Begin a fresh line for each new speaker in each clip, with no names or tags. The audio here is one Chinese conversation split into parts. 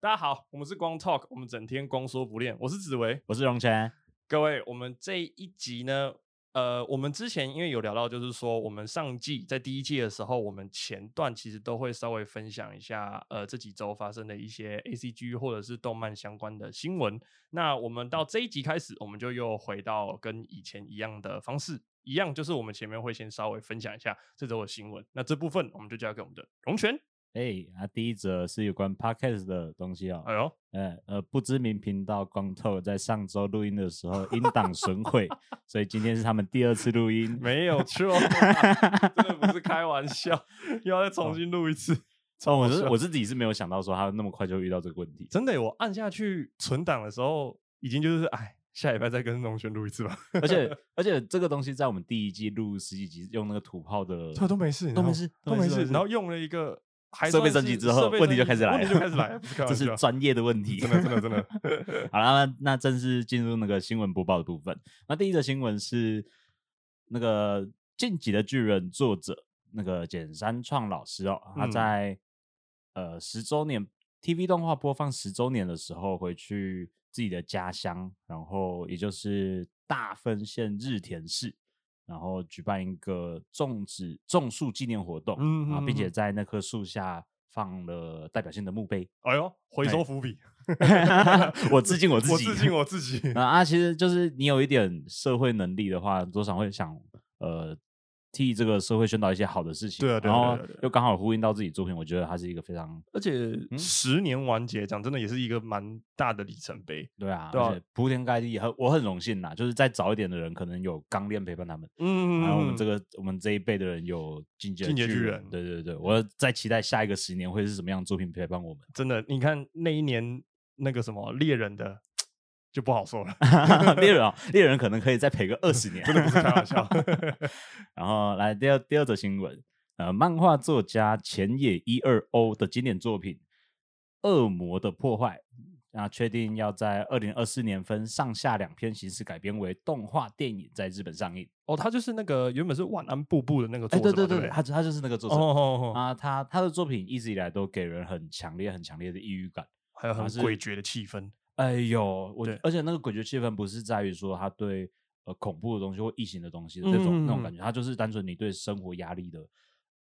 大家好，我们是光 Talk，我们整天光说不练。我是紫薇，
我是荣晨，
各位，我们这一集呢，呃，我们之前因为有聊到，就是说我们上季在第一季的时候，我们前段其实都会稍微分享一下，呃，这几周发生的一些 A C G 或者是动漫相关的新闻。那我们到这一集开始，我们就又回到跟以前一样的方式，一样就是我们前面会先稍微分享一下这周的新闻。那这部分我们就交给我们的龙泉。
哎、啊，第一则是有关 podcast 的东西哦
哎，呦，
呃呃，不知名频道光透在上周录音的时候音档损毁，所以今天是他们第二次录 音，
没有错 啊，真的不是开玩 笑，又要再重新录一次。
哦，我 是
笑
我自己是没有想到说他那么快就遇到这个问题，
真的耶，我按下去存档的时候，已经就是哎，下礼拜再跟龙轩录一 次吧。
而且 而且这个东西在我们第一季录十几集用那个土炮的，
啊这都没事，
都没事
都
都没
没
事
事。
都没
然后用了一个还
设备
算
升级
是
之后
设备
问题
升
就开
级
始来
问题
了
就开始来，不是开
这
玩
是
笑
专业的问题，
真的真的真 的。
好啦，那那正式进入那个新闻播报的部分。那第一则新闻是那个《晋级的巨人》作者那个简山创老师哦，他
嗯
在、呃十周年 TV 动画播放十周年的时候，回去自己的家乡，然后也就是大分县日田市。然后举办一个种植种树纪念活动，
嗯
然后并且
嗯嗯
在那棵树下放了代表性的墓碑，
哎呦，回收伏 笔，
我致敬我自
我
己
致敬我自己。
啊啊，其实就是你有一点社会能力的话，多少会想呃替这个社会宣导一些好的事情，
对啊对啊
然后
对啊对啊
又刚好呼应到自己作品，我觉得它是一个非常
而且
嗯
十年完结，讲真的也是一个蛮大的里程碑。
对啊，
对啊
而且铺天盖地，很我很荣幸呐，就是再早一点的人可能有钢链陪伴他们，
嗯
然后我们这
个
个我们这一辈的人有进阶
进阶
巨
巨人
人，对对对，我在期待下一个十年会是什么样的作品陪伴我们。
真的，你看那一年那个什么猎人的就不好说 了。
猎人啊，猎人可能可以再陪个二十年，
真的不是开玩笑
然后来第二第二则新闻，呃，漫画作家前野一二欧的经典作品《恶魔的破坏》啊，确定要在二零二四年分上下两篇形式改编为动画电影，在日本上映。
哦，他就是那个原本是晚安布布的那个作
哎，
者
对
嘛，
对
对
对，
不
他他就是那个作
哦
者。
哦哦，
啊，他他的作品一直以来都给人很强烈、很强烈的抑郁感。
还有很
他是
诡谲的气氛。
哎呦，我
对
而且那个诡谲气氛不是在于说他对呃恐怖的东西或异形的东西的那种、那种
嗯
感觉，他就是单纯你对生活压力的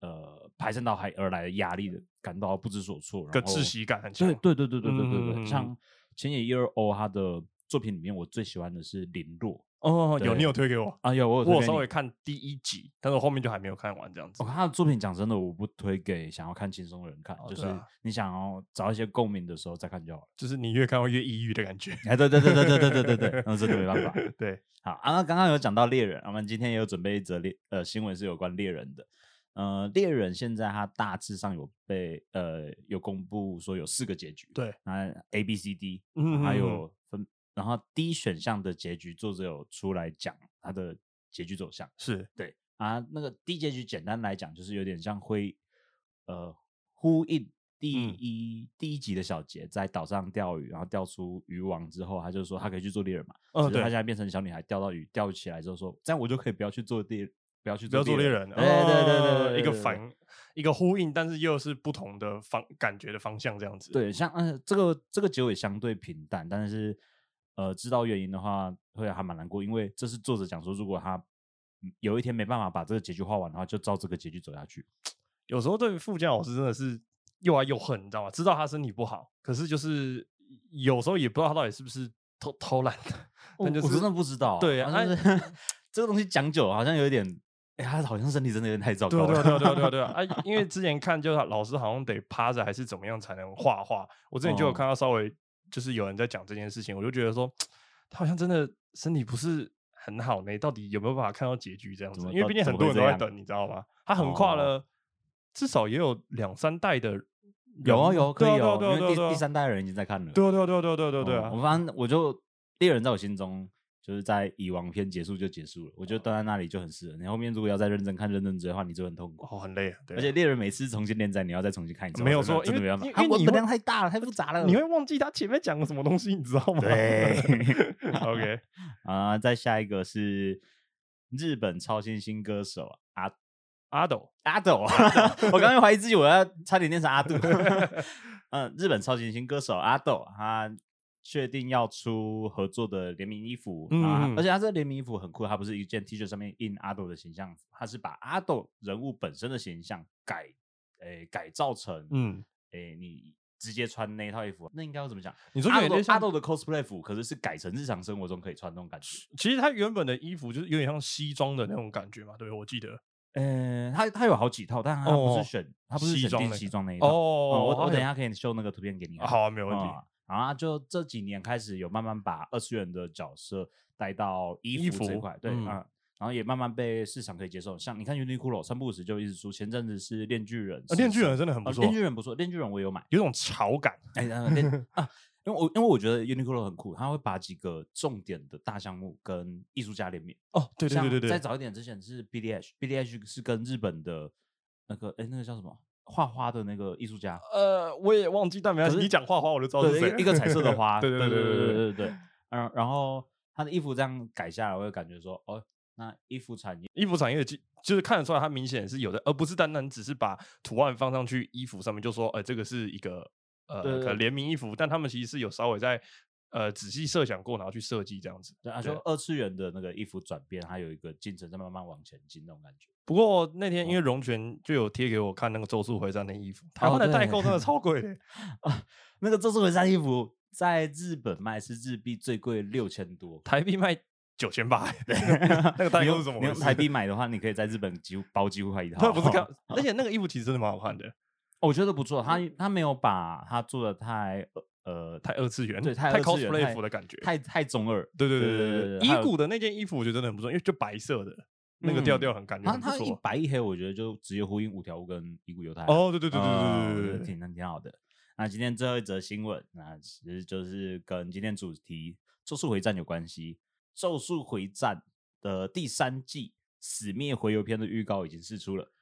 呃排山倒海而来的压力的感到不知所措，然
个
后
窒息感很强
对。对对对对对对
嗯嗯嗯
对，
嗯
像千野一二欧他的作品里面，我最喜欢的是林落
哦，有
对
你有推给我，
啊，有我有推
我有
荐
稍
你
微看第一集，但是我后面就还没有看完这样子
哦，。他的作品讲真的，我不推给想要看轻松的人看，
哦
就
对
是
啊
你想要找一些共鸣的时候再看就好了。
就是你越看会越抑郁的感觉。
哎， 对对对对对对 对对对，那真的没办法。
对，
好，啊，那刚刚有讲到猎人，我们今天也有准备一则猎呃新闻是有关猎人的。呃，猎人现在它大致上有被呃有公布说有四个结局，
对，
那 A B C D，
嗯嗯
还有分，然后 D 选项的结局作者有出来讲它的结局走向，
是
对啊，那个 D 结局简单来讲就是有点像灰，呃呼应第
嗯
一、第一集的小杰在岛上钓鱼，然后钓出渔网之后，他就说他可以去做猎人嘛。
嗯
只是
对
她现在变成小女孩，钓到鱼钓起来之后说，这样我就可以不要去做猎，不要去
不要做猎人，
对对对对
哦
对，对
一个
对
反一个呼应，但是又是不同的方感觉的方向这样子。，
对，像嗯、呃这个这个结尾相对平淡，但是呃知道原因的话会还蛮难过，因为这是作者讲说，如果他嗯有一天没办法把这个结局画完的话，就照这个结局走下去。
有时候对副教老师真的是又爱又恨，你知道吗？知道他身体不好，可是就是有时候也不知道他到底是不是偷偷懒的，
我
但就
我
是
真的不知道，
对
啊，
啊
但是 这个东西讲久了好像有一点，哎、他好像身体真的有点太糟
对
糕
啊
了。
对啊对啊对 啊对啊！对啊，啊，因为之前看就是老师好像得趴着还是怎么样才能画画，我之前就有
哦
看到稍微就是有人在讲这件事情，我就觉得说他好像真的身体不是很好呢，到底有没有办法看到结局这样
怎
子？
么
因为
到
毕竟
怎
很
么
多人
会这
都在
样
等，你知道吗？他横跨
哦
了至少也有两三代的人，
有啊有啊，可
对啊
以有，
对啊
因
对啊
为
对啊
第第三代的人已经在看了。
对啊对啊对啊对啊对啊对啊对
哦我
啊！
反正我就猎人在我心中就是在蚁王篇结束就结束了，我
哦
觉得断在那里就很适合。你后面如果要再认真看、认真追的话，你就很痛苦。
哦，很累啊，对啊
而且猎人每次重新连载，你要再重新看一次，
没有
真的
错
真
因为
的没办法
因为，
它
因为你会
文本量太大了，太复杂了。
你会忘记他前面讲了什么东西，你知道吗？
对
，OK，
啊、再下一个是日本超新星歌手阿
阿斗，
阿斗，啊我刚刚怀疑自己，我要差点念成阿杜。嗯，日本超级新歌手阿斗，他确定要出合作的联名衣服、啊
嗯，
而且他这联名衣服很酷，它不是一件 T 恤上面印阿斗的形象，它是把阿斗人物本身的形象改，诶、改造成，嗯，
嗯，
诶、你直接穿那一套衣服，那应该要怎么讲？
你说
阿
有
斗
点
阿
像，
斗的 cosplay 服，可是是改成日常生活中可以穿那种感觉。
其实他原本的衣服就是有点像西装的那种感觉嘛，对不对？我记得
嗯，他他有好几套，但他不
哦
是选，他不是
西
选
装
定
那
西
个
装那一套。哦，
哦
我我等一
哎
下可以秀那个图片给你
呦
看。
好啊，没有问题。
啊、然后他就这几年开始有慢慢把二次元的角色带到衣
衣
服这一
服
块，对
嗯
啊、然后也慢慢被市场可以接受。像你看 Uniqlo 三不五时就一直出，前阵子是《链巨人》
呃
是
链巨人
是
真的很不
哦
错，
链巨人不错，链巨人我也有买。
有种潮感，
哎，呃链啊，因为我因为我觉得 Uniqlo 很酷，他会把几个重点的大项目跟艺术家联名。
哦，对对
像
对对
再
对，
早一点之前是 B D H，B D H 是跟日本的那个哎那个叫什么画花的那个艺术家，
呃，我也忘记，但没关系，
可是
你讲画花我就知道是
对，一
谁
个，一个彩色的花，
对
对
对
对
对
对对。嗯，然后他的衣服这样改下来，我就感觉说，哦，那衣服产业，
衣服产业就就是看得出来，它明显是有的，而不是单单只是把图案放上去衣服上面就说，呃，这个是一个呃
对对
可
对
能联名衣服，但他们其实是有稍微在呃仔细设想过，然后去设计这样子。
对啊，
对
就二次元的那个衣服转变，它有一个进程在慢慢往前进那种感觉。
不过那天因为龙泉就有贴给我看那个《咒术回战》的衣服，台
哦
湾的
对
代购真的超贵的，，
那个这次回山衣服在日本卖是日币最贵六千多
台币卖九千 八， 欸那个代
你
购
用
是怎么
你
回
用
事？
台币哦买的话，你可以在日本几乎包几乎快一套。
他不是看，而且那个衣服其实真的蛮好看的，
我觉得不错，他他没有把它做的太呃
太二次元，
对太
太
二次元
cosplay
太
服的感觉。
太太中二。
对对
对
对
对
对
对
对，
还有
伊谷的那件衣服我觉得真的很不错，因为就白色的那个调
嗯
调很感觉
他
很不
他一
错。
白一黑，我觉得就直接呼应五条悟跟一股犹太人。
哦，对对对对
嗯
对
我觉
对
得
对对，
挺挺好的。那今天最后一则新闻，那其实就是跟今天主题《咒术回战》有关系。《咒术回战》的第三季《死灭回游篇》的预告已经释出了，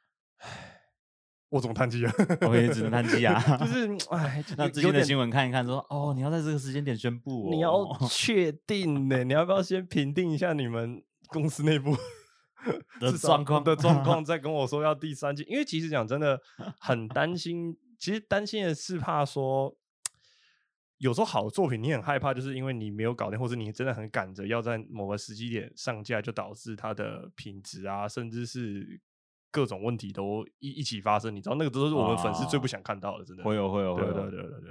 我怎么叹气啊？
我也只能叹气啊
就是哎，就
那
有
最近的
点
新闻看一看说哦，你要在这个时间点宣布、哦，
你要确定呢、你要不要先评定一下你们公司内部
的
至少
状况
的状 况，再跟我说要第三季？因为其实讲真的，很担心。其实担心的是怕说，有时候好作品你很害怕，就是因为你没有搞定，或者你真的很赶着要在某个时机点上架，就导致它的品质啊，甚至是。各种问题都一一起发生，你知道那个都是我们粉丝最不
啊
想看到的，真的。
会有会有会
对
有，
对对对对，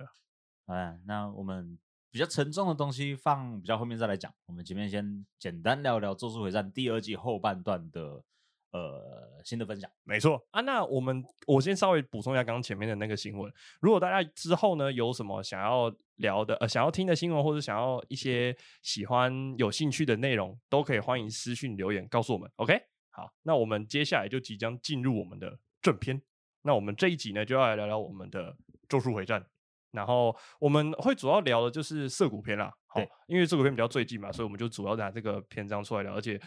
哎，那我们比较沉重的东西放比较后面再来讲，我们前面先简单聊聊《咒术回战》第二季后半段的呃新的分享。
没错啊，那我们我先稍微补充一下刚刚前面的那个新闻。如果大家之后呢有什么想要聊的、呃想要听的新闻，或者想要一些喜欢、有兴趣的内容，都可以欢迎私讯留言告诉我们。OK，好，那我们接下来就即将进入我们的正片。那我们这一集呢，就要来聊聊我们的《咒术回战》，然后我们会主要聊的就是涩谷篇啦。好
对，
因为涩谷篇比较最近嘛，所以我们就主要拿这个篇章出来聊，而且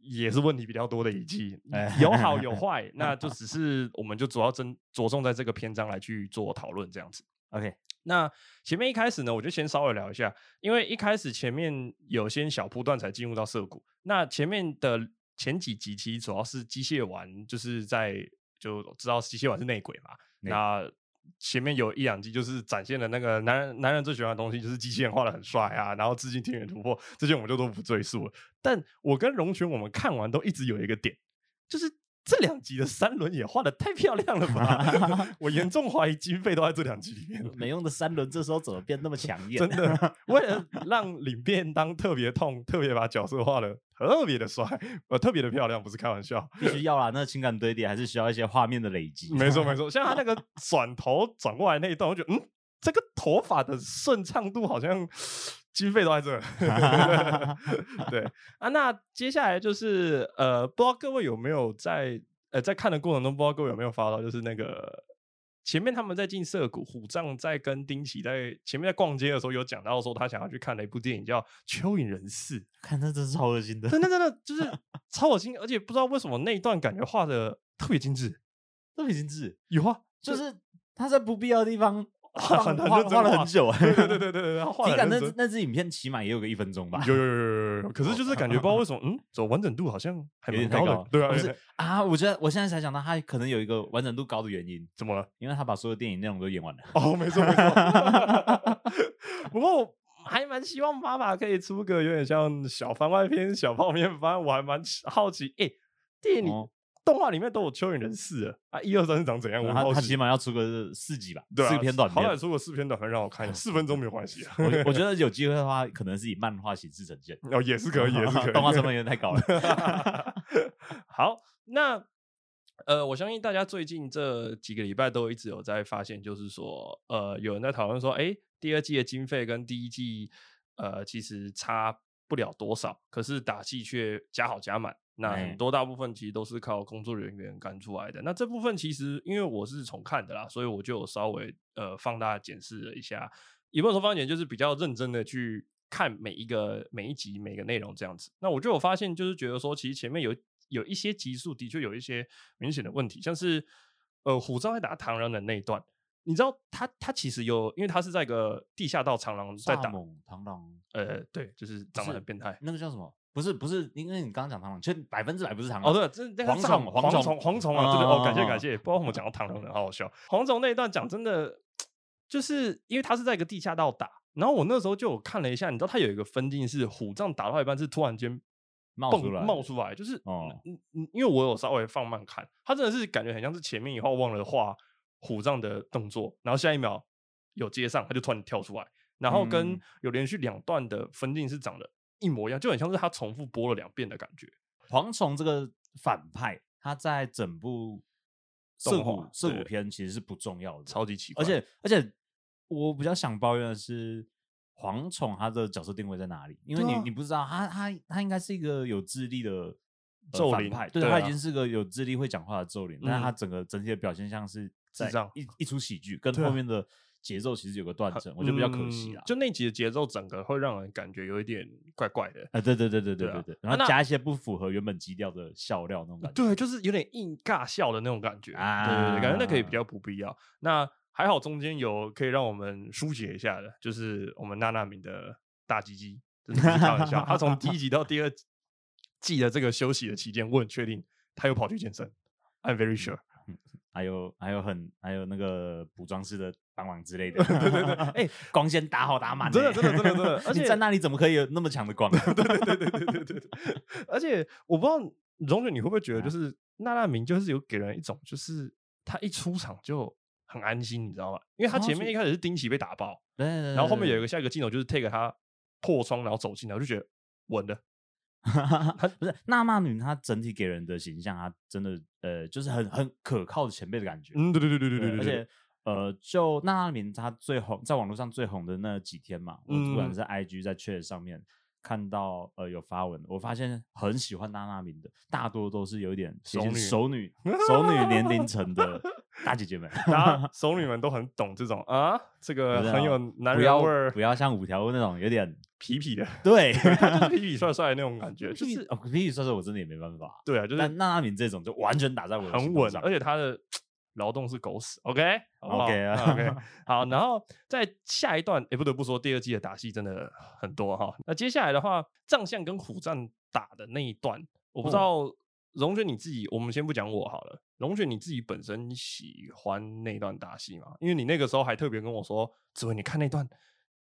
也是问题比较多的一季
哎，
有好有坏。那就只是我们就主要针着重在这个篇章来去做讨论这样子。
OK，
那前面一开始呢，我就先稍微聊一下，因为一开始前面有些小铺段才进入到涩谷，那前面的前几集其实主要是机械丸，就是在就知道机械丸是内鬼嘛，
内
那前面有一两集就是展现了那个男人男人最喜欢的东西就是机器人画的很帅啊，然后致敬天元突破这些我们就都不赘述了。但我跟龙泉我们看完都一直有一个点，就是。这两集的三轮也画的太漂亮了吧！ 我严重怀疑经费都在这两集里面了。
没用的三轮这时候怎么变那么抢眼？
真的啊为了让领便当特别痛，特别把角色画的特别的帅，呃，特别的漂亮，不是开玩笑。
必须要啦，那情感堆叠还是需要一些画面的累积。
没错没错，像他 那个转头转过来那一段，我觉得嗯，这个头发的顺畅度好像经费都在这儿。 对啊，那接下来就是呃，不知道各位有没有在呃在看的过程中，不知道各位有没有发到，就是那个前面他们在进涩谷，虎杖在跟丁奇在前面在逛街的时候有讲到说，他想要去看的一部电影叫《蚯蚓人四》，
看那真是超恶心的，
真的真的就是 超恶心，而且不知道为什么那一段感觉画的特别精致，
特别精致，
有啊，
就是他在不必要的地方
画 很
画
很认真
画了很久啊，
对对对对对对，他画
体
得
感
很
那
认真。
那支影片起码也有个一分钟吧，
有有有有有有，可是就是感觉不知道为什么，嗯，走完整度好像还
有
蛮
点太
高
高
的，，对啊，
不
有
是
点
啊，我觉得我现在才想到，他可能有一个完整度高的原因，
怎么了？
因为他把所有电影内容都演完了。
哦，没错没错。不过我还蛮希望爸爸可以出个有点像小番外篇、小泡面番，我还蛮好奇，哎、电影、
哦
动画里面都有蚯蚓人四了啊，一二三是长怎样？我
然
很
后
好
他起
奇。
码要出个四集吧，
对啊，
四篇短
好歹
片。
出个四篇短片让我看一下，四分钟没有关系啊。
我 我觉得有机会的话，可能是以漫画形式呈现，
哦，也是可以，也 是可以。
动画成本有点 太高了。
好，那呃，我相信大家最近这几个礼拜都一直有在发现，就是说，呃，有人在讨论说，哎，第二季的经费跟第一季呃其实差不了多少，可是打戏却加好加满。那
哎
很多大部分其实都是靠工作人员干出来的。那这部分其实因为我是重看的啦，所以我就有稍微呃放大检视了一下，也不能说放大检视，就是比较认真的去看每一个每一集每个内容这样子。那我就有发现，就是觉得说，其实前面有有一些集数的确有一些明显的问题，像是呃虎杖在打螳螂的那一段，你知道他他其实有，因为他是在一个地下道螳螂在
蚱
打，
蜢、螳螂，
呃，对，就是长得
是
很变态。
那个叫什么？不是不是，因为你刚刚讲螳螂，就百分之百不是螳螂。
哦，对，这那个
蝗
蚱
虫
蜢
蝗
蝗
虫
虫蝗虫啊，真的哦，感谢感
嗯
谢，不知道为什么讲到螳螂人，好好笑。蝗虫那一段讲真的，就是因为他是在一个地下道打，然后我那时候就有看了一下，你知道他有一个分镜是虎杖打到一半是突然间
冒
蹦
出来
冒出来，就是
哦
嗯嗯，因为我有稍微放慢看，他真的是感觉很像是前面以后忘了画虎杖的动作，然后下一秒有接上，他就突然跳出来，然后跟
嗯
有连续两段的分镜是长得一模一样，就很像是他重复播了两遍的感觉。
蝗虫这个反派，他在整部涩
动画
谷涩
对
谷篇其实是不重要的，
超级奇怪，
而且而且我比较想抱怨的是。蝗虫他的角色定位在哪里？因为
对
你、
啊
你不知道，他他他应该是一个有智力的、呃、
咒
反
灵
派，对
对
他
啊
已经是个有智力会讲话的咒灵，
嗯
但是他整个整体的表现像是在
障
一一出喜剧，跟
对啊
后面的节奏其实有个断层，我觉得比较可惜
嗯
啦。
就那集的节奏，整个会让人感觉有一点怪怪的。
啊，对对对对
对
对
啊
对对，
啊
然
那呃
后加一些不符合原本基调的笑料那种感觉。
对，就是有点硬尬笑的那种感觉。
啊
对对对，感觉那可以比较不必要。那还好中间有可以让我们疏解一下的，就是我们娜娜米的大鸡鸡，真的不是开玩笑。他从第一集到第二季的这个休息的期间，我很确定他又跑去健身。I'm very sure。
还有还有很还有那个补妆师的帮忙之类 的，
对对对哎
光线打好打满
真
欸、
的真的真的真 的而且
你在那里怎么可以有那么强的光？啊
对对 对对对对对。而且我不知道荣远你会不会觉得，
嗯
就是娜娜明就是有给人一种，就是他一出场就很安心，你知道吗？因为他
哦嗯
前面
是
一开始是丁奇被打爆，
对对对
然后后面有一
个，
个下一个镜头就是 take 他破窗然后走进来，我就觉得稳的。
对不是娜娜女，她整体给人的形象，她真的呃，就是很很可靠的前辈的感觉。
嗯，对对对对对对，
而且呃，就娜娜敏她最红，在网络上最红的那几天嘛，我不
嗯
管是 IG 在 Chat 上面看到呃有发文，我发现很喜欢娜娜敏的，大多都是有一点接
熟
近
女
熟 女熟女年龄层的大姐姐们，
大 家熟女们都很懂这种啊，这个
不是
很
啊
有 男
不
人
要
味儿，
不要像五条悟那种有点
痞痞的，
对，
他就是痞痞帅帅的那种感 觉，就
屁
是
哦，比你说说我真的也没办法，
对啊，就是
但娜娜敏这种就完全打在我的
很
心头
稳，
上
而且他的劳动是狗屎。OK
OK 啊
OK 好，然后在下一段，也不得不说第二季的打戏真的很多哈。那接下来的话，藏象跟虎战打的那一段，我不
嗯
知道龙雪你自己，我们先不讲我好了。龙雪你自己本身喜欢那段打戏吗？因为你那个时候还特别跟我说，紫薇，你看那段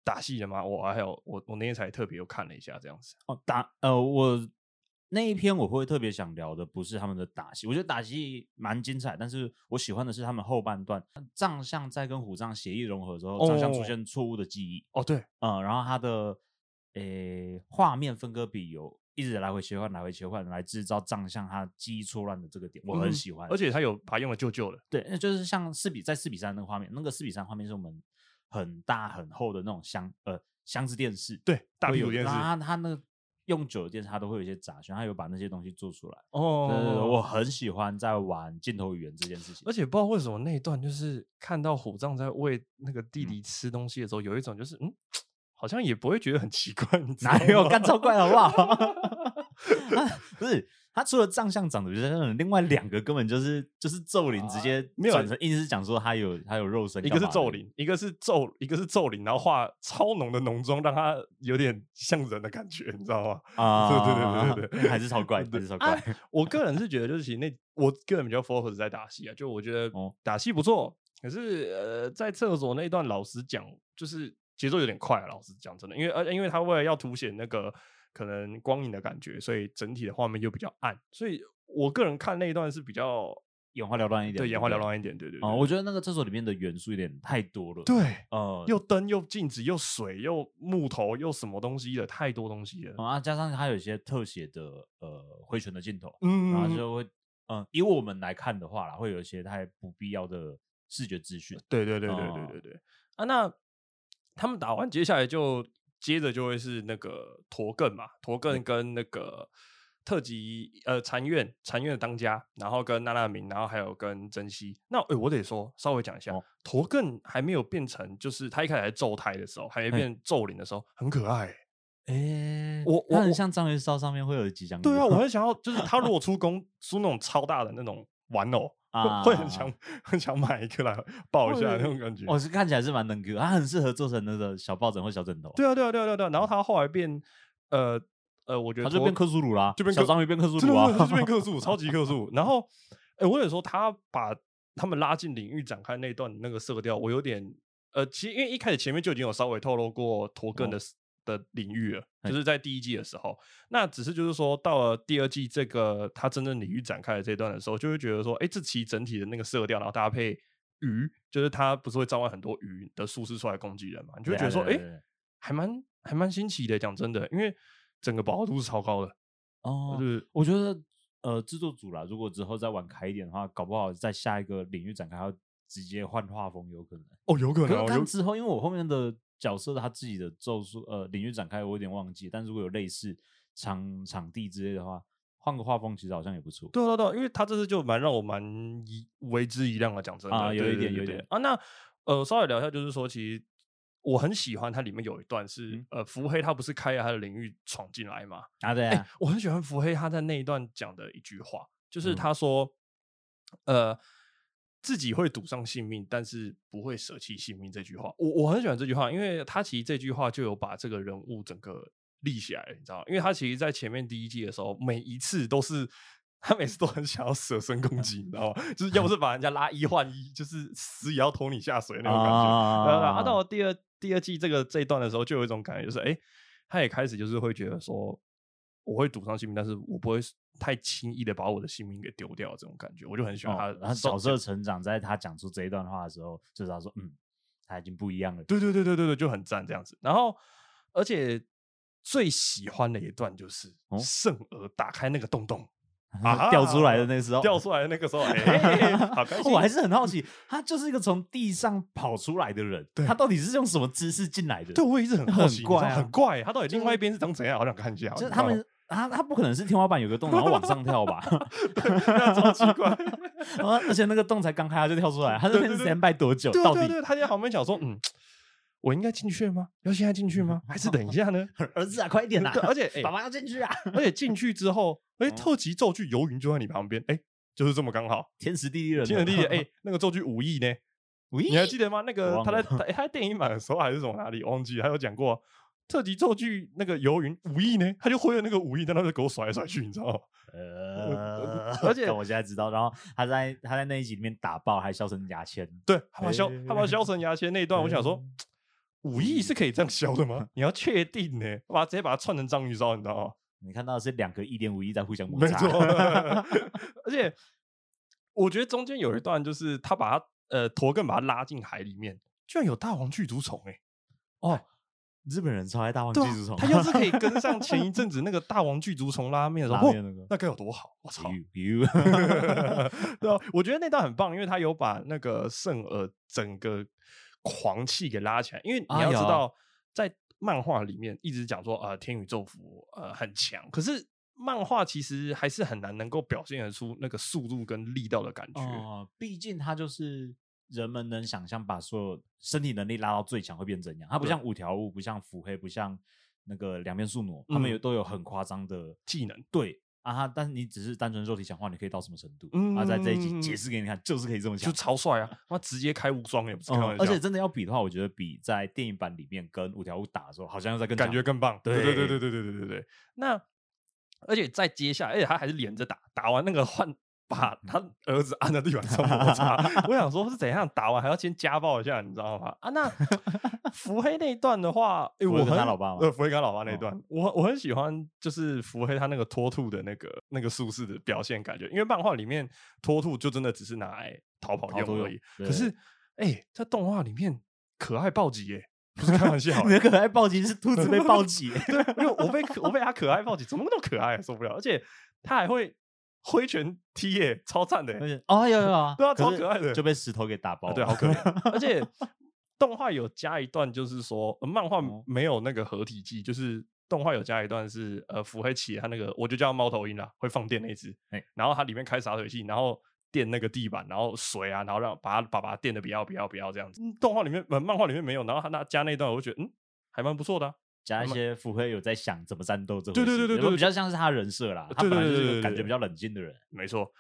打戏了吗？我还有我我那天才特别又看了一下这样子。
哦，打呃，我那一篇我会特别想聊的不是他们的打戏，我觉得打戏蛮精彩，但是我喜欢的是他们后半段藏象在跟虎杖协议融合之后，藏象
哦
出现错误的记忆，
哦，对，
嗯、然后他的诶画面分割比有一直来回切换，来回切换，来制造藏象他记忆错乱的这个点，我很
嗯
喜欢，
而且他有把它用的旧旧的，
对，那就是像四比在四比三那个画面，那个四比三画面是我们很大很厚的那种箱呃箱子电视，
对，大
会
屁
有
股电视。
然后它它那个用久的电视，它都会有一些杂讯，它有把那些东西做出来。
哦
对对对，我很喜欢在玩镜头语言这件事情
而。且不知道为什么那一段就是看到虎杖在喂那个弟
嗯
弟吃东西的时候，有一种就是嗯，好像也不会觉得很奇怪，你知
哪
道
有
吗
干？超怪好不好？啊不是他除了藏相长得比较像，另外两个根本就是就是咒灵直接
没有
转成，硬是讲说他有他有肉身
一
干
个
嘛的，
是咒灵，一个是咒，一个是咒灵，然后化超浓的浓妆，让他有点像人的感觉，你知道吗？
啊，
对对对对对
还是超怪，
对
还是超
啊
怪，
我个人是觉得，就是其实那我个人比较 focus 在打戏啊，就我觉得
哦
打戏不错，可是呃，在厕所那一段，老实讲，就是节奏有点快、啊，老实讲真的，因为而、因为他为了要凸显那个可能光影的感觉，所以整体的画面就比较暗，所以我个人看那一段是比较
眼花缭乱一点，
对眼花缭
不
乱一点，对对对
哦，我觉得那个厕所里面的元素有点太多了，，
对，
呃，
又灯又镜子又水又木头又什么东西的，太多东西了，
啊，加上它有一些特写的呃挥拳的镜头，
嗯，
然后啊就会，嗯，以我们来看的话啦，会有一些太不必要的视觉资讯，
对对对对
哦
对对对、啊！那他们打完，接下来就接着就会是那个驼更嘛，驼更跟那个特级呃禅院禅院的当家，然后跟娜娜明，然后还有跟珍惜。那哎、我得说稍微讲一下
哦，
驼、更还没有变成，就是他一开始在咒胎的时候，还没
嘿
变咒灵的时候，很可爱欸、
哎
我
它
我
很
我
像章鱼烧上面会有几张，
对啊，我很想 要，就是他如果出工出那种超大的那种玩偶，
啊
会会很想很想买一个来抱一下那种感觉。
我是看起来是蛮能 Q，它很适合做成那个小抱枕或小枕头，
对啊，对啊，对啊，对啊对啊。然后他后来变，呃呃，我觉得
它就
托
变克苏鲁啦，
就变
小
克
章鱼变克苏
真的
鲁啊
真的，他就 变克数，超级克数。然后，哎、我有时候他把他们拉进领域展开那段那个色调，我有点呃，其实因为一开始前面就已经有稍微透露过陀根的、
哦
的领域了，
嘿
就是在第一季的时候。那只是就是说，到了第二季这个他真正领域展开的这一段的时候，就会觉得说，哎、这其实整体的那个色调，然后搭配鱼，就是他不是会召唤很多鱼的术士出来攻击人嘛，你就会
对啊
觉得说，哎、
对啊对啊对啊
还蛮还蛮新奇的。讲真的，因为整个饱和度是超高的，
哦
就，是
我觉得呃，制作组啦，如果之后再玩开一点的话，搞不好在下一个领域展开，要直接换画风，有可能。
哦，有可
可
能
能
哦，
看
有
之后，因为我后面的角色他自己的咒术呃领域展开，我有点忘记。但如果有类似场场地之类的话，换个画风其实好像也不错。
对啊对啊对啊，因为他这次就蛮让我蛮一为之一亮啊，讲真的
啊有
对
一
对
点
对
有一
对
点
啊。那呃，稍微聊一下，就是说，其实我很喜欢它里面有一段是、
嗯
呃，伏黑他不是开了他的领域闯进来嘛？
啊，对
哎、
啊，
我很喜欢伏黑他在那一段讲的一句话，就是
嗯
他说，呃，自己会赌上性命，但是不会舍弃性命。这句话，我我很喜欢这句话，因为他其实这句话就有把这个人物整个立起来了，你知道吗？因为他其实，在前面第一季的时候，每一次都是。他每次都很想要舍身攻击，你知道吗？就是要不是把人家拉一换一，就是死也要拖你下 水那种感觉。
哦
对啊对啊啊，到了第二第二季这个这一段的时候，就有一种感觉，就是哎、诶他也开始就是会觉得说，我会赌上性命，但是我不会太轻易的把我的性命给丢掉，这种感觉，我就很喜欢他、
哦然后角色，成长，在他讲出这一段话的时候，就是他说，嗯，他已经不一样了。
对对对对对对，就很赞这样子。然后，而且最喜欢的一段就是
哦
圣娥打开那个洞洞。
啊， 掉出来的那时候，
掉出来的那个 时候，哎、欸，好开心！嗯
我还是很好奇，他就是一个从地上跑出来的人，
对
他到底是用什么姿势进来的？
对，我一直很好
很
奇，你知
怪
道
啊
很怪、他到底
就
另外
是
一边是长怎样？好想看一下。
就是
你知
他
道吗
们，他他不可能是天花板有个洞，然后往上跳 吧？
那超奇怪。
然后而且那个洞才刚开，他就跳出来，他这
对对
边
对
stand by 多久？
对啊
到
对
底
对，他在旁边想说，嗯，我应该进去吗？要现在进去吗？还是等一下呢？
儿子啊，快一点啊！
对而且哎
爸爸要进去啊！
而且进去之后，哎，特级咒具游云就在你旁边，哎，就是这么刚好。
天时地利人，
天人地 利，哎，那个咒具武艺呢？
喂，
你还记得吗？那
我
个
忘
他在
了
他他在电影版的时候还是什么哪里忘记了，他有讲过特级咒具那个游云武艺呢，他就挥了那个武艺，在那就给我甩来甩去，你知道吗？
呃，
而 且
干我现在知道，然后他在他在那一集里面打爆，还笑成牙签，
对，他把削他把削成牙签那一段，我想说。武艺是可以这样削的 吗？你要确定呢、我把直接把它串成章鱼烧，你知道吗？
你看到的是两个一点五亿在互相摩
没
擦，
错，而且我觉得中间有一段就是他把他呃驼更把他拉进海里面，居然有大黄巨足虫哎、
哦，日本人超爱大黄巨
对啊
足虫，
他要是可以跟上前一阵子那个大黄巨足虫拉面的时候，
拉
哇
面那个
那该有多好！我操，
you，
对啊，我觉得那段很棒，因为他有把那个圣尔整个狂气给拉起来。因为你
啊
要知
有啊
道，在漫画里面一直讲说，呃，天宇宙服呃很强，可是漫画其实还是很难能够表现得出那个速度跟力道的感觉。
哦，毕竟他就是人们能想象把所有身体能力拉到最强会变怎样，它不
对
像五条悟，不像腹黑，不像那个两面宿傩，他们
嗯
有都有很夸张的
技能
对啊，他但是你只是单纯肉体强化，你可以到什么程度？
嗯
啊，在这一集
嗯嗯嗯
解释给你看，就是可以这么强
就。超帅啊！他直接开无双也不是开
嗯
玩笑，
而且真的要比的话，我觉得比在电影版里面跟五条悟打的时候，好像要再更
感
强
觉更棒。对对
对
对对对对对对对。那而且再接下来，而且他还是连着打，打完那个换
嗯
把他儿子按在地板上摩擦，我想说是怎样打完还要先家暴一下，你知道吗？啊， 那伏黑那一段的话，诶
伏黑
我
跟
很
他老爸吗
呃，伏黑跟他老爸那一
哦
段，我我很喜欢，就是伏黑他那个脱兔的那个那个术士的表现感觉，因为漫画里面脱兔就真的只是拿来逃跑
逃脱
用而
用
已，
对
可是哎、在动画里面可爱暴击耶、不是开玩笑、欸，
你的可爱暴击是兔子被 暴击，
对，啊因为我被可我被他可爱抱起，怎么那么可爱、啊受不了！而且他还会挥拳踢耶、超赞的、
而且哦有有有啊，
对啊
可
超
是
可爱的
就被石头给打爆
啊
了，
对，好可 怜。而且动画有加一段，就是说、呃漫画
哦
没有那个合体技，就是动画有加一段是呃腹黑起他那个，我就叫它猫头鹰啦，会放电那一只，
哎
然后它里面开洒水器，然后。电那个地板，然后水啊，然后让把它把把它电的不要不要不要这样子。嗯动画里面呃漫画里面没有，然后他那加那一段，我就觉得嗯还蛮不错的、啊。
加一
慢
些腹黑有在想怎么战斗这回
对
事，
对对对
有没
对
有
呃
比较像是他人设啦，他
对
本来
对
就
对
是
对
个感
对
觉比较冷静的人，
没错，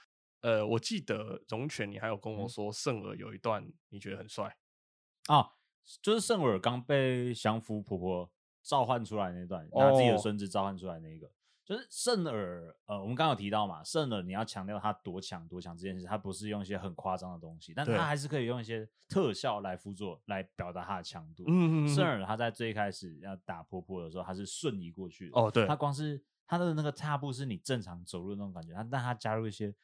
呃，我记得荣犬，你还有跟我
嗯
说圣儿有一段你觉得很帅，
哦，就是圣维尔刚被降服婆婆召唤出来那段，拿自己的
哦
孙子召唤出来那一个，就是圣尔。呃，我们刚刚有提到嘛，圣尔你要强调他多强多强这件事，他不是用一些很夸张的东西，但
对
他还是可以用一些特效来辅佐来表达他的强度。
嗯
圣尔他在最开始要打婆婆的时候，他是瞬移过去的，
哦，对
他，光是他的那个踏步是你正常走路的那种感觉，他但他加入一些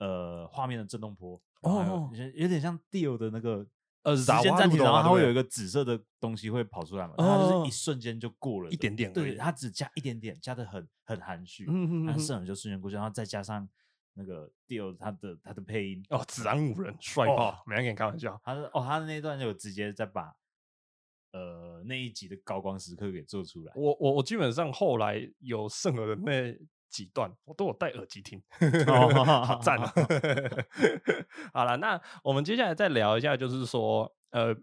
呃画面的震动波，然后还有
哦
有有点像 Dio 的那个
呃
时
咋
间
哇
暂
路
停，
的
然
嘛
后它
对不
会
对
有一个紫色的东西会跑出来嘛，它就是
哦
一瞬间就过了
一
的
点点而
对，
已
它只加一点点，加的很很含蓄，
嗯嗯
那
嗯
圣人就瞬间过去，然后再加上那个 Dio 他的他的配音，
哦，子然五人帅
哦
爆，没人跟你开玩笑，
他的哦他的那一段就有直接再把呃那一集的高光时刻给做出来，
我我我基本上后来有圣儿的那几段，我都有戴耳机听，
哦
好赞啊！ 好了，那我们接下来再聊一下，就是说，呃，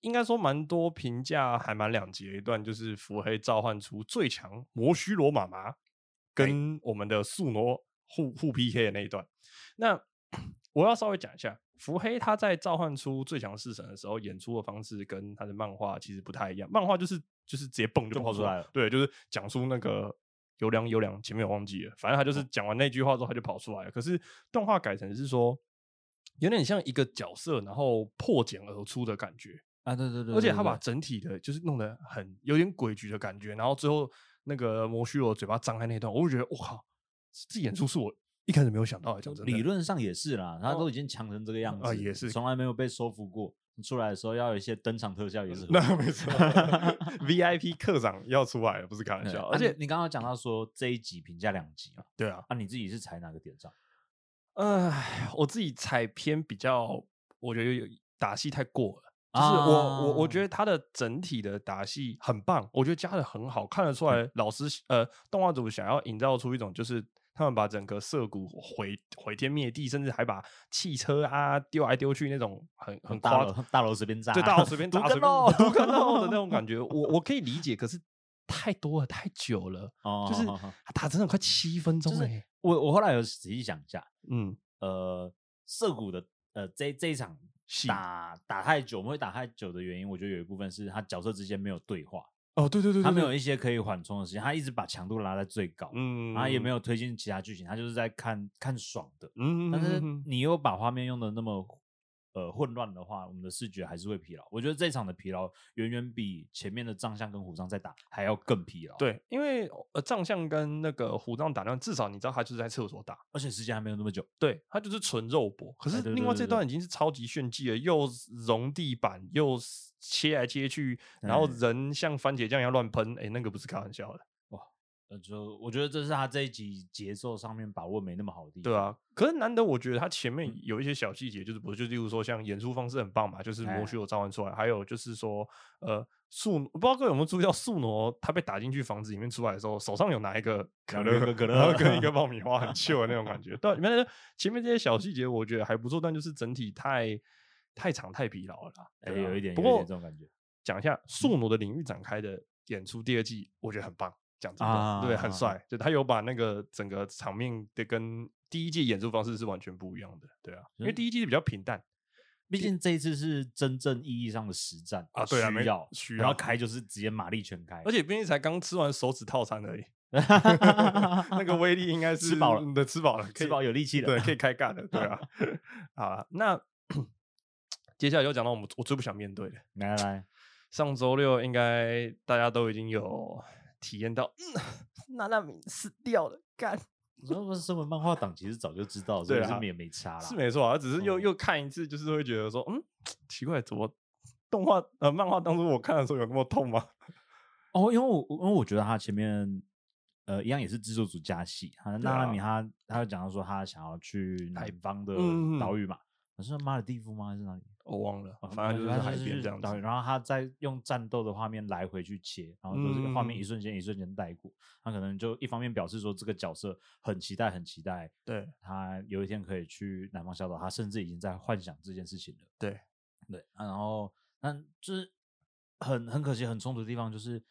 应该说蛮多评价还蛮两极的一段，就是伏黑召唤出最强摩须罗妈妈跟我们的素挪互互 PK 的那一段。那 我要稍微讲一下，伏黑他在召唤出最强式神的时候，演出的方式跟他的漫画其实不太一样。漫画就是就是直接蹦就
就
跑
跑出来了
对，就是讲出那个有良有良，前面我忘记了，反正他
哦
就是讲完那句话之后他就跑出来了。可是动画改成是说，有点像一个角色然后破茧而出的感觉，
啊对对对，
而且
对
他把
对
整体的就是弄得很有点诡谲的感觉，然后最后那个摩须罗嘴巴张开那段，我就觉得我靠，这演出是我一开始没有想到的，哦讲真的，
理论上也是啦，他
哦
都已经强成这个样子
啊也是
从来没有被收服过。出来的时候要有一些登场特效，也是合理
那
的
没错，VIP 课长要出来了，不是开玩
对
笑，
啊
而且
你你刚刚讲到说这一集评价两集嘛，
对啊，
啊，你自己是踩哪个点上？
唉，我自己踩偏比较，我觉得有打戏太过了。就是我、我我觉
啊
得他的整体的打戏很棒，我觉得加的很好，看得出来老师呃动画组想要营造出一种就是他们把整个涩谷毁毁天灭地，甚至还把汽车啊丢来丢去那种很很
大
夸
楼大楼随便炸，
对大佬随便
独
打
根
随便
喽
独根肉的那种感觉，我我可以理解，可是太多了太久了，
哦
就是
好好好
他打真的快七分钟
就
了
是
耶，
我我后来有仔细想一下，
嗯，
呃，涩谷的呃这这一场
戏
打打太久，我们会打太久的原因，我觉得有一部分是他角色之间没有对话，
哦对对对，
他
对
没
对
有一些可以缓冲的时间，他一直把强度拉在最高，
嗯，
然后啊也没
有，
有推进其他剧情，他就是在看看爽的。
嗯，
但是
嗯嗯
你又把画面用的那么呃混乱的话，我们的视觉还是会疲劳。我觉得这场的疲劳远远比前面的藏象跟虎杖在打还要更疲劳。，
对，因为呃，藏象跟那个虎杖打量，至少你知道他就是在厕所打，
而且时间还没有那么久。
对，他就是纯肉搏。可
哎
是
对
另
对
外
对
这
对
段已经是超级炫技了，又融地板，又是切来切去，然后
对
人像番茄酱一样乱喷，哎，那个不是开玩笑的，
呃，就我觉得这是他这一集节奏上面把握没那么好的地方。
对啊。可是难得，我觉得他前面有一些小细节，就是不就例如说像演出方式很棒嘛，就是魔
哎
须有召唤出来，还有就是说呃。素我不知道各位有没有注意到，素挪他被打进去房子里面出来的时候，手上有拿一个可
拿了一
乐，
个 可
然后
乐
跟一个爆米花， 很 chill 的那种感觉。但反正前面这些小细节我觉得还不错，但就是整体太太长太疲劳了啦。
哎
对啊
有一点
不
有一
过嗯
点这种感觉。
讲一下素挪的领域展开的演出第二季，我觉得很棒。讲真的，对，很
啊
帅，就他有把那个整个场面的跟第一季演出方式是完全不一样的，对啊，因为
嗯
第一季是比较平淡，
毕竟这一次是真正意义上的实战
啊对啊没
需要
需
然后
要
开就是直接马力全开，
而 且毕竟才刚吃完手指套餐而已，
那
那个威力应该是
吃饱了
嗯对，吃饱了，可
吃
以
饱有力气了，
对，可以开干了，对啊， 好啦，那 接下来就讲到我们我最不想面对的，
来来来，
上周六应该大家都已经有体验到，嗯，娜娜米死掉了，干
我说不是身为漫画党，其实早就知道，所
对
以是
啊
也没差啦。
是没错啊，只是又、
嗯
又看一次，就是会觉得说，嗯，奇怪，怎么动画呃漫画当初我看的时候有那么痛吗？
哦，因为我因为我觉得他前面呃一样也是制作组加戏，他
对啊
纳拉米他他有讲到说他想要去
海
南方的
嗯嗯
岛屿嘛，我是马尔蒂夫吗？还是哪里？
我忘了
哦，
啊反正就是
他
海边这样
岛屿
子。
然后他再用战斗的画面来回去切，然后就是画面
嗯
一瞬间一瞬间带过。他可能就一方面表示说这个角色很期待很期待，
对，
他有一天可以去南方小岛，他甚至已经在幻想这件事情了。
对
对，啊、然后但就是很很可惜，很冲突的地方就是。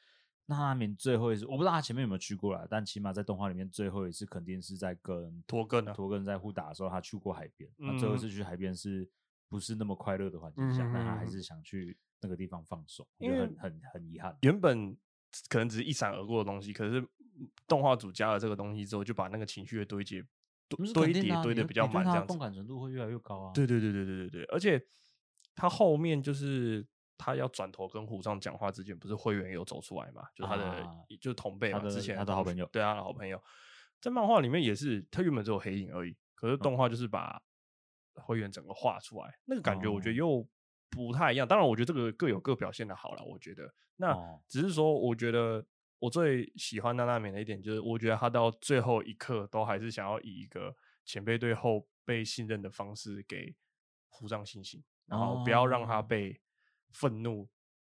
那他们最后一次，我不知道他前面有没有去过啦，但起码在动画里面最后一次肯定是在跟
拖更啊
拖更在互打的时候，他去过海边。那最后一
嗯
次去海边是不是那么快乐的环境下，但他还
嗯
是想去那个地方放松，
因
因为
为
很很很遗憾。
原本可能只是一闪而过的东西，可是动画组加了这个东西之后，就把那个情绪的堆积
那是
堆
肯
堆
定的
叠
啊
堆
你
的
会
比较
你对
满，这
他的
样子
共。感程度会越来越高啊。
对对对对对对对，而且他后面就是他要转头跟虎杖讲话之前，不是灰原有走出来嘛？就是他的、
啊
就是同辈
他
嘛，
的
之前
他的
同
好
学
朋友
对他的好朋友，在漫画里面也是，他原本只有黑影而已，可
嗯
是动画就是把灰原整个画出来，那个感觉我觉得
哦
又不太一样。当然，我觉得这个各有各表现的好了，我觉得那
哦
只是说，我觉得。我最喜欢娜娜美的一点就是，我觉得她到最后一刻都还是想要以一个前辈对后辈信任的方式给虎杖信心，然后不要让他
哦
被愤怒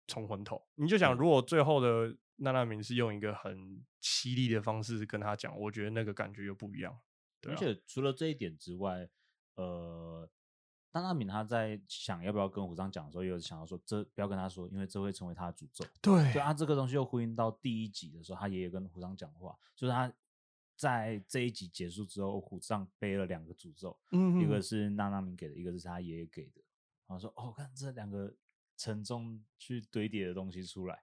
冲昏头。你就想，如果最后的娜娜明是用一个很犀利的方式跟他讲，我觉得那个感觉又不一样。对
而
啊
且除了这一点之外，呃，当大敏他在想要不要跟虎章讲的时候，也有想要说这不要跟他说，因为这会成为他的诅咒。
对
对啊，这个东西又呼应到第一集的时候，他爷爷跟虎章讲话，就是他在这一集结束之后，虎章背了两个诅咒，
嗯
一个是娜娜明给的，一个是他爷爷给的。然后说哦，看这两个沉重去堆叠的东西出来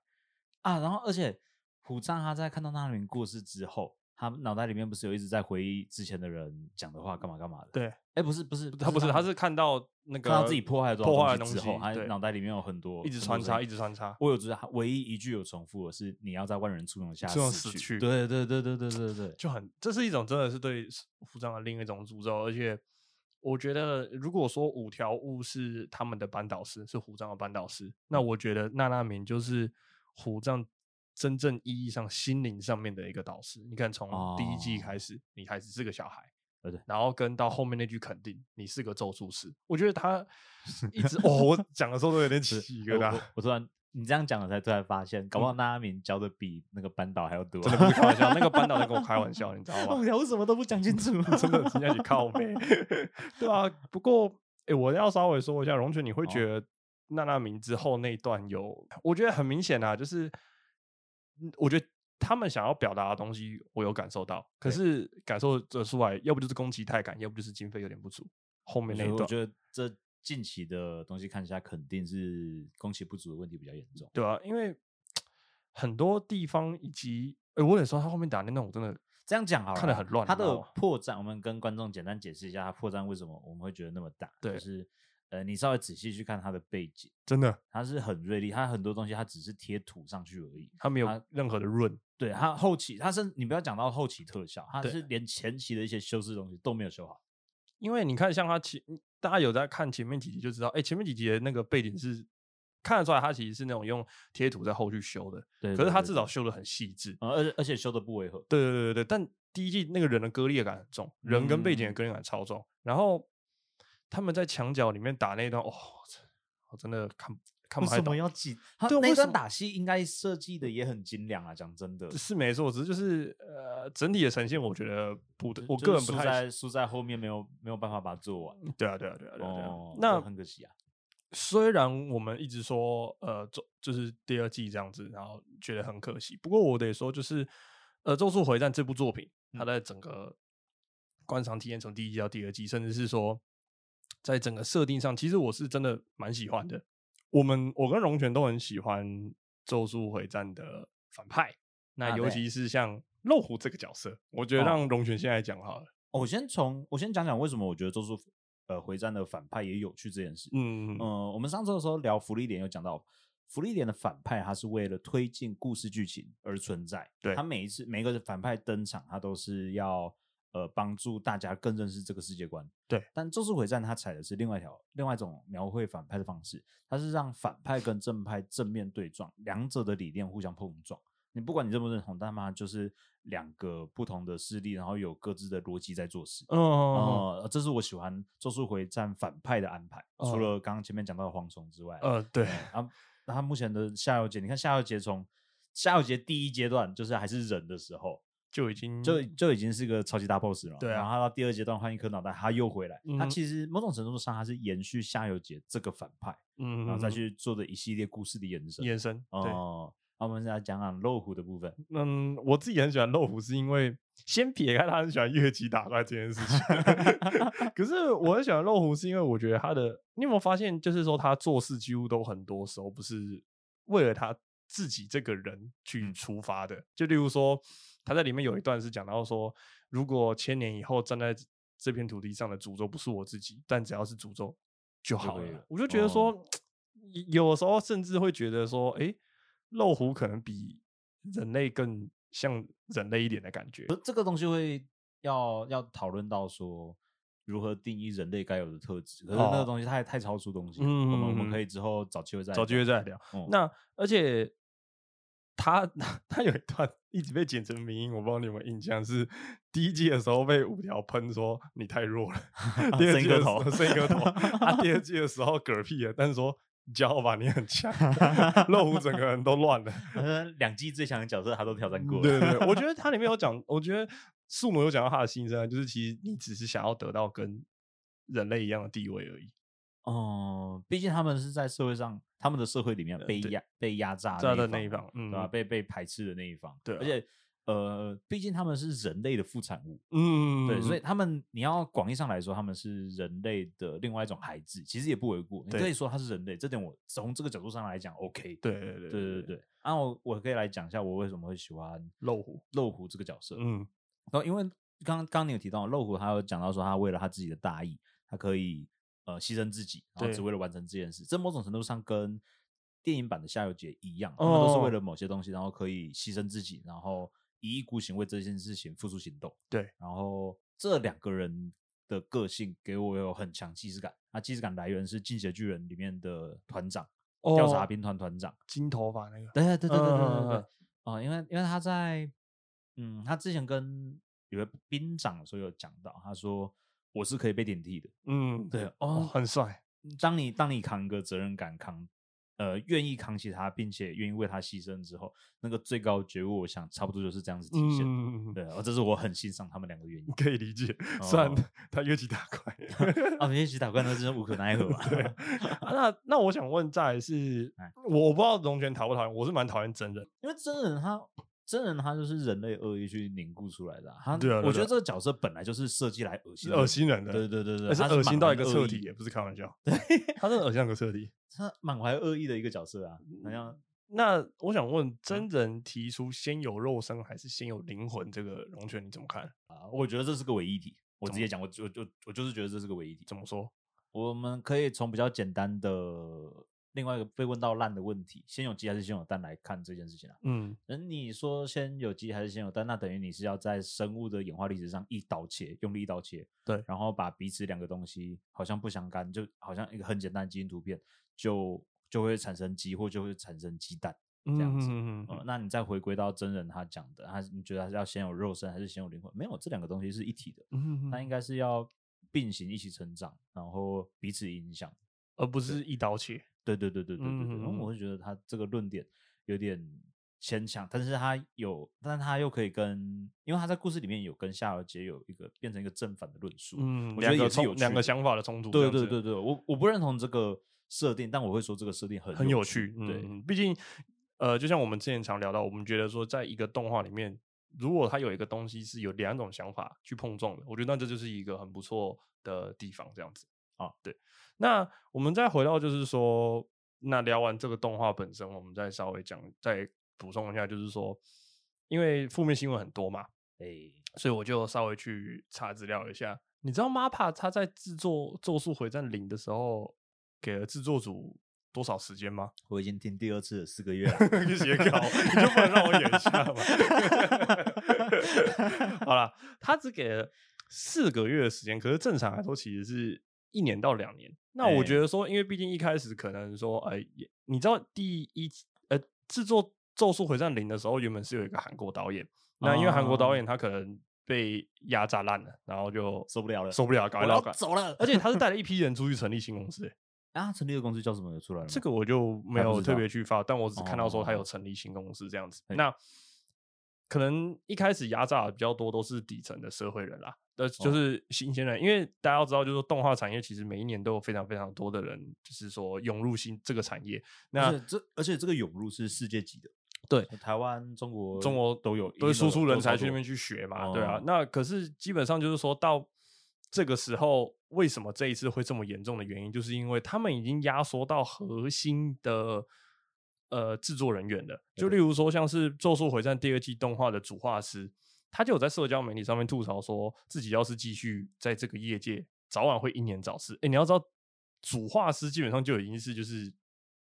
啊，然后而且虎杖他在看到娜娜明过世之后，他脑袋里面不是有一直在回忆之前的人讲的话，干嘛干嘛的？，
对，
哎，不是不是，
他不是，
娜
他
娜
是看到那个
看到自己破坏了多少
破坏的
东
东
西之后，他
对
脑袋里面有很多
一直
很多
穿
声
插，
音
一直穿插。
我有知道，他唯一一句有重复的是你要在万人簇拥下
簇拥
死
死去
对对对对对 对对，
就很，这是一种真的是对虎杖的另一种诅咒，而且我觉得，如果说五条悟是他们的班导师，是虎杖的班导师，
嗯
那我觉得娜娜明就是虎杖真正意义上心灵上面的一个导师。你看，从第一季开始，你还只是个小孩，
呃哦对
然后跟到后面那句肯定你是个咒术师，我觉得 他一直哦，我讲的时候都有点起
是
鸡皮
我
疙瘩
我。我突然你这样讲了，才突然发现，搞不好那阿敏教的比那个班导还要多。
嗯真的不是开玩 笑，那个班导在跟我开玩笑，你知道吗？，
我聊什么都不讲清楚
真的听下去靠 背， 对啊。不过，哎、我要稍微说一下，荣泉，你
啊
会觉得娜娜明之后那一段有，我觉得很明显啊，就是嗯我觉得他们想要表达的东西，我有感受到，可
对
是感受得出来，要不就是攻击太赶，要不就是经费有点不足。后面
我
那
觉
一
得我
段，
觉得这近期的东西看起来肯定是供给不足的问题比较严重。
对啊，因为很多地方以及，哎、我得说他后面打那段，我真的
这样讲好了，
看得很乱
他
你知道
的
吗
破绽，我们跟观众简单解释一下，他破绽为什么我们会觉得那么大。
对
就是呃，你稍微仔细去看他的背景，
真的
他是很锐利，他很多东西他只是贴土上去而已。
他没有
他
任何的润，
对他后期，他甚你不要讲到后期特效，他
对
是连前期的一些修饰东西都没有修好。
因为你看，像他前大家有在看前面几集就知道，哎、前面几集的那个背景是看得出来，他其实是那种用贴图在后续修的，
对，
可是
对
他
对
至
对
少修的很细致。
呃，而且而且修的不违和。
对对对对对，但第一季那个人的割裂感很重，人跟背景的
嗯
割裂感超重。然后他们在墙角里面打那一段，哦，我真的看看
为
不太
什
懂
么。要挤？他
对为
那
什
段
么
打戏应该设计的也很精良啊，讲真的。
是没错，只是就是呃，整体的呈现我觉得不
就，
我
就
个人
是
不太
输在输在后面没有没有办法把它做完。
对啊对啊对啊对啊对啊
哦，，
那
这很可惜啊。
虽然我们一直说呃，做就是第二季这样子，然后觉得很可惜。不过我得说，就是呃，《咒术回战》这部作品，
嗯
它的整个观赏体验从第一季到第二季，甚至是说在整个设定上，其实我是真的蛮喜欢的。我们我跟龙泉都很喜欢《咒术回战》的反派，那
啊
尤
对
其是像肉虎这个角色，我觉得
哦
让龙泉先来讲好了。
哦我先从我先讲讲为什么我觉得咒术呃回战的反派也有趣这件事。
嗯嗯
呃，我们上周的时候聊福利点有讲到，福利点的反派他是为了推进故事剧情而存在。
对
他每一次每一个反派登场，他都是要呃帮助大家更认识这个世界观。
对，
但《咒术回战》它采的是另外一条另外一种描绘反派的方式，它是让反派跟正派正面对撞，两者的理念互相碰撞。你不管你认不认同，但嘛就是两个不同的势力，然后有各自的逻辑在做事。
嗯
哦、这是我喜欢《咒术回战》反派的安排，
哦
除了刚刚前面讲到的蝗虫之外，
呃，对，
哎啊，那他目前的夏油杰，你看夏油杰从夏油杰第一阶段就是还是人的时候，
就已经嗯
就就已经是个超级大 boss 了嘛，
对
然
啊
后他到第二阶段换一颗脑袋，他又回来，他
嗯
其实某种程度上他是延续夏油杰这个反派，
嗯，
然后再
嗯
去做的一系列故事的延伸。
延伸。对，
哦，那我们再来讲讲肉虎的部 分，
嗯，我自己很喜欢肉虎，是因为先撇开他很喜欢越级打怪这件事情，可是我很喜欢肉虎，是因为我觉得他的，你有没有发现，就是说他做事几乎都很多时候不是为了他自己这个人去出发的，就例如说他在里面有一段是讲到说，如果千年以后站在这片土地上的诅咒不是我自己，但只要是诅咒就好
可以
了
了。
我就觉得说，有时候甚至会觉得说，诶，肉虎可能比人类更像人类一点的感觉
可。是这个东西会要要讨论到说如何定义人类该有的特质，可是那
哦
个东西太太超出东西了，我们
嗯
我
嗯嗯
们可以之后找机会再
找机会
聊
再聊。
嗯
那而且他 他有一段一直被剪成迷音，我不知道你有没有印象，是第一季的时候被五条喷说你太弱 了，第二
剩一
季
颗
的时
啊头
候剩一颗头，啊，第 二季的时候嗝屁了，但是说骄吧，你很强，肉 虎整个人都乱了。
呃，两季最强的角色他都挑战过
嗯
了。
对对对，我 觉得它里面有讲，我觉得树魔有讲到他的心声啊，就是其实你只是想要得到跟人类一样的地位而已。
哦，毕竟他们是在社会上，他们的社会里面被
呃对
压被压榨
炸的那
啊那
一
一
方
方，对啊吧、
嗯
被被排斥的那一方，
对啊
而且呃，毕竟他们是人类的副产物，
嗯
对，所以他们你要广义上来说，他们是人类的另外一种孩子，其实也不为过。你
对
可以说他是人类，这点我从这个角度上来讲，OK。
对对对
对对对，啊，我我可以来讲一下我为什么会喜欢
肉虎，
肉虎这个角色。
嗯
然后因为刚刚刚你有提到肉虎，他有讲到说他为了他自己的大义，他可以呃牺牲自己，然后只
对
为了完成这件事。这某种程度上跟电影版的夏油杰一样，他们都是
哦
为了某些东西，然后可以牺牲自己，然后一意孤行为这件事情付出行动。
对，
然后这两个人的个性给我有很强既视感。那既视感来源是《进血巨人》里面的团长，调查
哦
兵团团长。
金头发那个，
对对对对对
嗯
对对
嗯嗯嗯
对，哦，因为因为他在，嗯，他之前跟有个兵长的时候有讲到，他说我是可以被顶替的，
嗯，
对
哦，
哦，
很帅，
当你当你扛个责任感，扛呃愿意扛起他，并且愿意为他牺牲之后，那个最高觉悟，我想差不多就是这样子体现。
嗯，
对，哦，这是我很欣赏他们两个的原因
可以理解。 虽然
哦
他越级打怪，
啊，没一起打怪那真是无可奈何
对
啊。
啊那那我想问，再来是
哎，
我不知道龙泉讨不讨厌，我是蛮讨厌真人，
因为真人他真人他就是人类恶意去凝固出来的、啊，他
对啊对啊
我觉
对啊
得这个角色本来就是设计来恶心
是
的
恶心人的，
对对对对，
而且
他
恶心
满
到
怀
一个
恶
彻
意
底，也不是 开玩笑， 他真的恶心到一个彻底。
他满怀恶意的一个角色
嗯
啊，好像
那我想问，真人提出先有肉身还是先有灵魂这个龙泉你怎么看？
啊，我觉得这是个伪议题。我直接讲，我就我就我就是觉得这是个伪议题。
怎么说？
我们可以从比较简单的另外一个被问到烂的问题，先有鸡还是先有蛋来看这件事情啊。
嗯，
嗯，你说先有鸡还是先有蛋，那等于你是要在生物的演化历史上一刀切，用力一刀切，
对
然后把彼此两个东西好像不相干，就好像一个很简单的基因突变，就就会产生鸡或就会产生鸡蛋。这样子
嗯嗯嗯
呃，那你再回归到真人他讲的，他你觉得他是要先有肉身还是先有灵魂？没有，这两个东西是一体的，
嗯
那应该是要并行一起成长，然后彼此影响。
而不是一刀切。
对对对对对对对。然后
嗯
我就觉得他这个论点有点牵强，但是他有，但是他又可以跟，因为他在故事里面有跟夏尔杰有一个变成一个正反的论述。
嗯，
我觉得
两
也
个
是
冲
有
两个
趣的
想法的冲突。这
对
样
对
子
对对，我我不认同这个设定，但我会说这个设定很
很
有
有趣。嗯
对，
嗯，毕竟呃，就像我们之前常聊到，我们觉得说，在一个动画里面，如果它有一个东西是有两种想法去碰撞的，我觉得那这就是一个很不错的地方，这样子啊。对，那我们再回到就是说，那聊完这个动画本身，我们再稍微讲，再补充一下，就是说，因为负面新闻很多嘛，
哎，
所以我就稍微去查资料一下。你知道 MAPPA 他在制作《咒术回战零》的时候，给了制作组多少时间吗？
我已经听第二次了，四个月了。
去写稿， 你就不能让我演一下 吗？好了，他只给了四个月的时间，可是正常来说其实是一年到两年。那我觉
哎
得说，因为毕竟一开始可能说，哎、也你知道第一集呃制作《咒术回战零》的时候，原本是有一个韩国导演，那因为韩国
哦
导演他可能被压榨烂了，然后就
受不了了
受不了，赶
我
快
要
劳改。
走了，
而且他是带了一批人出去成立新公司、欸
啊，成立的公司叫什么？有出来了吗？
这个我就没
还不
有
知
特
道
别去发，但我只看到说他有
哦
成立新公司这样子。
嘿
那可能一开始压榨的比较多都是底层的社会人啦，呃，就
哦
是新鲜人，因为大家要知道，就是说动画产业其实每一年都有非常非常多的人，就是说涌入新这个产业。那
而且这而且这个涌入是世界级的，
对，
台湾、中国、
中国
都有，一定
都是输出人才
超
去那边
多
去学嘛，对啊
哦。
那可是基本上就是说到这个时候，为什么这一次会这么严重的原因，就是因为他们已经压缩到核心的呃制作人员了。就例如说，像是《咒术回战》第二季动画的主画师，他就有在社交媒体上面吐槽说，自己要是继续在这个业界，早晚会英年早逝。哎、你要知道，主画师基本上就已经是就是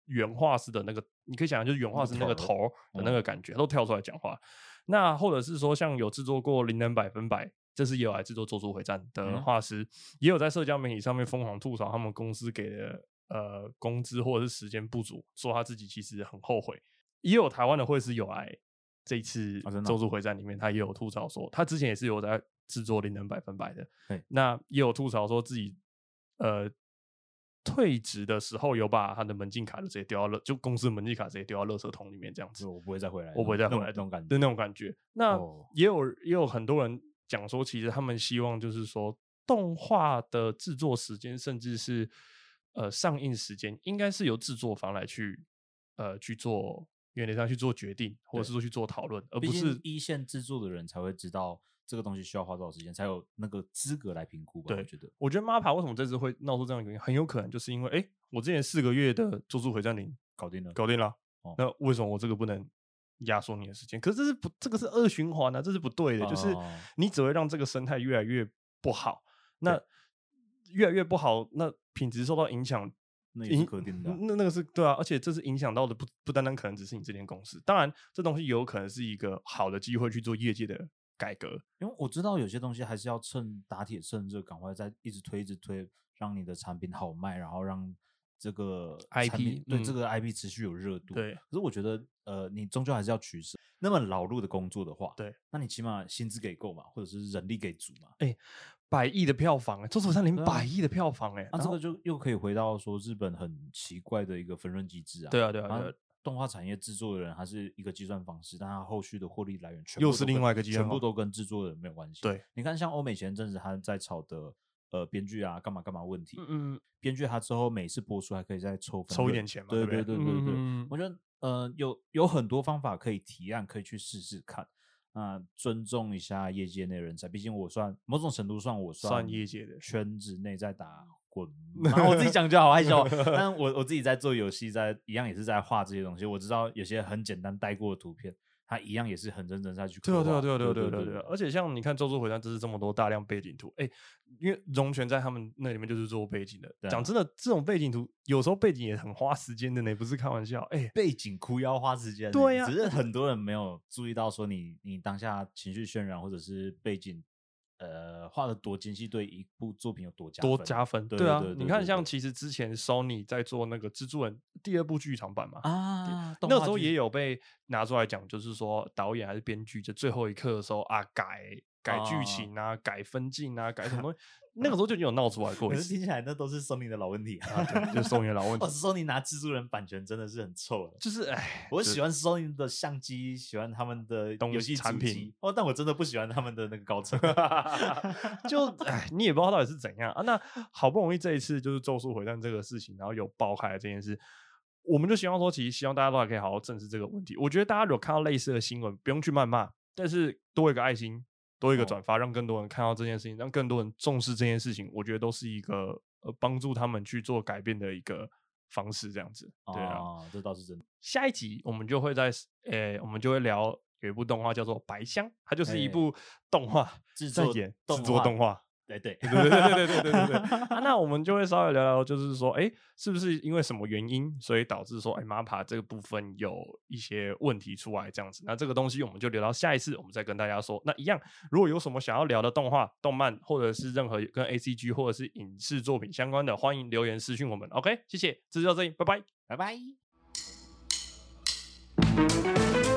原画师的那个，你可以想象就是原画师那个头儿的
嗯
那个感觉，他都跳出来讲话。那或者是说，像有制作过《零能百分百》，这次也有来制作《咒术回战》的
嗯
画师，也有在社交媒体上面疯狂吐槽他们公司给的呃工资或者是时间不足，说他自己其实很后悔。也有台湾的会师有来这一次
啊真的
《
哦
咒术回战》里面，他也有吐槽说，他之前也是有在制作《零能百分百》的，那也有吐槽说自己呃退职的时候有把他的门禁卡就直接丢到垃，就公司的门禁卡直接丢到垃圾桶里面这样子
就，我不会再回来，
我不会再回来
那种那种感
的
觉。
那种感觉。那
哦
也有也有很多人讲说，其实他们希望就是说动画的制作时间，甚至是呃上映时间，应该是由制作方来去呃去做。原理上去做决定，或者
对
是说去做讨论，而
毕
不
竟
是
一线制作的人才会知道这个东西需要花多少时间，才有那个资格来评估吧？我
对
觉得
我觉得 MAPA 为什么这次会闹出这样的原因，很有可能就是因为，哎、我之前四个月的《咒术回战零》
搞定了。
搞定了，
哦
那为什么我这个不能压缩你的时间？可是这是不，这个是恶循环啊，这是不对的，就是
哦
你只会让这个生态越来越不好。那越来越不好，那品质受到影响，
那也
影
是可定 的啊，
那那个是对啊，而且这是影响到的不不单单可能只是你这间公司，当然这东西也有可能是一个好的机会去做业界的改革，
因为我知道有些东西还是要趁打铁趁热，赶快再一直推，一直推，让你的产品好卖，然后让这个产
IP
品对这
嗯
个 IP 持续有热度。
对
可是我觉得，呃，你终究还是要取舍。那么劳碌的工作的话，
对，
那你起码薪资给够嘛，或者是人力给足嘛。
百亿的票房、欸，周楚山零
对啊
百亿的票房、欸，哎、
那、这个就又可以回到说日本很奇怪的一个分润机制啊。
对啊对啊
然后
对啊
动画产业制作人还是一个计算方式，但它后续的获利来源全
又
部
是
都
另
跟
外一个计算
全部
方
都跟制作人没有关系。
对，
你看像欧美前阵子他在炒的呃编剧啊干嘛干嘛问题，
嗯嗯，
编剧他之后每次播出还可以再抽分
抽一
润
点钱嘛，
对
不对
对对对
嗯
我觉得呃有有很多方法可以提案，可以去试试看。那、尊重一下业界内人才，毕竟我算某种程度上我
算业界的
圈子内在打 滚嘛。我自己讲就好害羞哦，但我我自己在做游戏，在一样也是在画这些东西。我知道有些很简单带过的图片，它一样也是很认真在去刻
对啊，
画。
对啊，对啊，对啊，对啊，
对
对啊对啊！而且像你看《咒术回战》，这是这么多大量背景图，哎，因为龙泉在他们那里面就是做背景的。
对
讲
啊
真的，这种背景图有时候背景也很花时间的呢，不是开玩笑。哎，
背景哭要花时间欸，
对呀
只是很多人没有注意到说你你当下情绪渲染或者是背景，呃，画的多精细，对一部作品有多加
多
分
加分，
对
对
对
啊
对！
你
对
看，
对
像
对
其实之前 Sony 在做那个《蜘蛛人》第二部剧场版嘛，
啊。
那时候也
有
有被拿出来讲，就是说导演还是编剧，就最后一刻的时候啊，改改剧
哦
情啊，改分镜啊，改什 么东西，那个时候就已经有闹出来过
可
一
是
次
听起来那都是 Sony 的老问题啊
啊，对就是送元老问题
哦，，Sony 拿蜘蛛人版权真的是很臭了。
就是哎，
我
就
喜欢 Sony 的相机，喜欢他们的
东
游
西
戏
产
主
品
机哦，但我真的不喜欢他们的那 个高层。
就哎，你也不知道到底是怎样啊。那好不容易这一次就是《咒术回战》这个事情，然后有爆开这件事，我们就希望说，其实希望大家都还可以好好正视这个问题。我觉得大家如果看到类似的新闻，不用去谩骂，但是多一个爱心，多一个
哦
转发，让更多人看到这件事情，让更多人重视这件事情，我觉得都是一个呃帮助他们去做改变的一个方式，这样子。对啊，
哦，这倒是真的。
下一集我们就会在呃，我们就会聊有一部动画叫做《白箱》，它就是一
哎
部动画
制
在
作
演
动
制作
画
动画。
对 对
对对对对对对对对啊！那我们就会稍微聊聊，就是说，哎，是不是因为什么原因，所以导致说，哎，MAPA 这个部分有一些问题出来，这样子。那这个东西我们就留到下一次，我们再跟大家说。那一样，如果有什么想要聊的动画、动漫，或者是任何跟 A C G 或者是影视作品相关的，欢迎留言私讯我们。OK，谢谢，这就到这里，拜拜。
拜拜。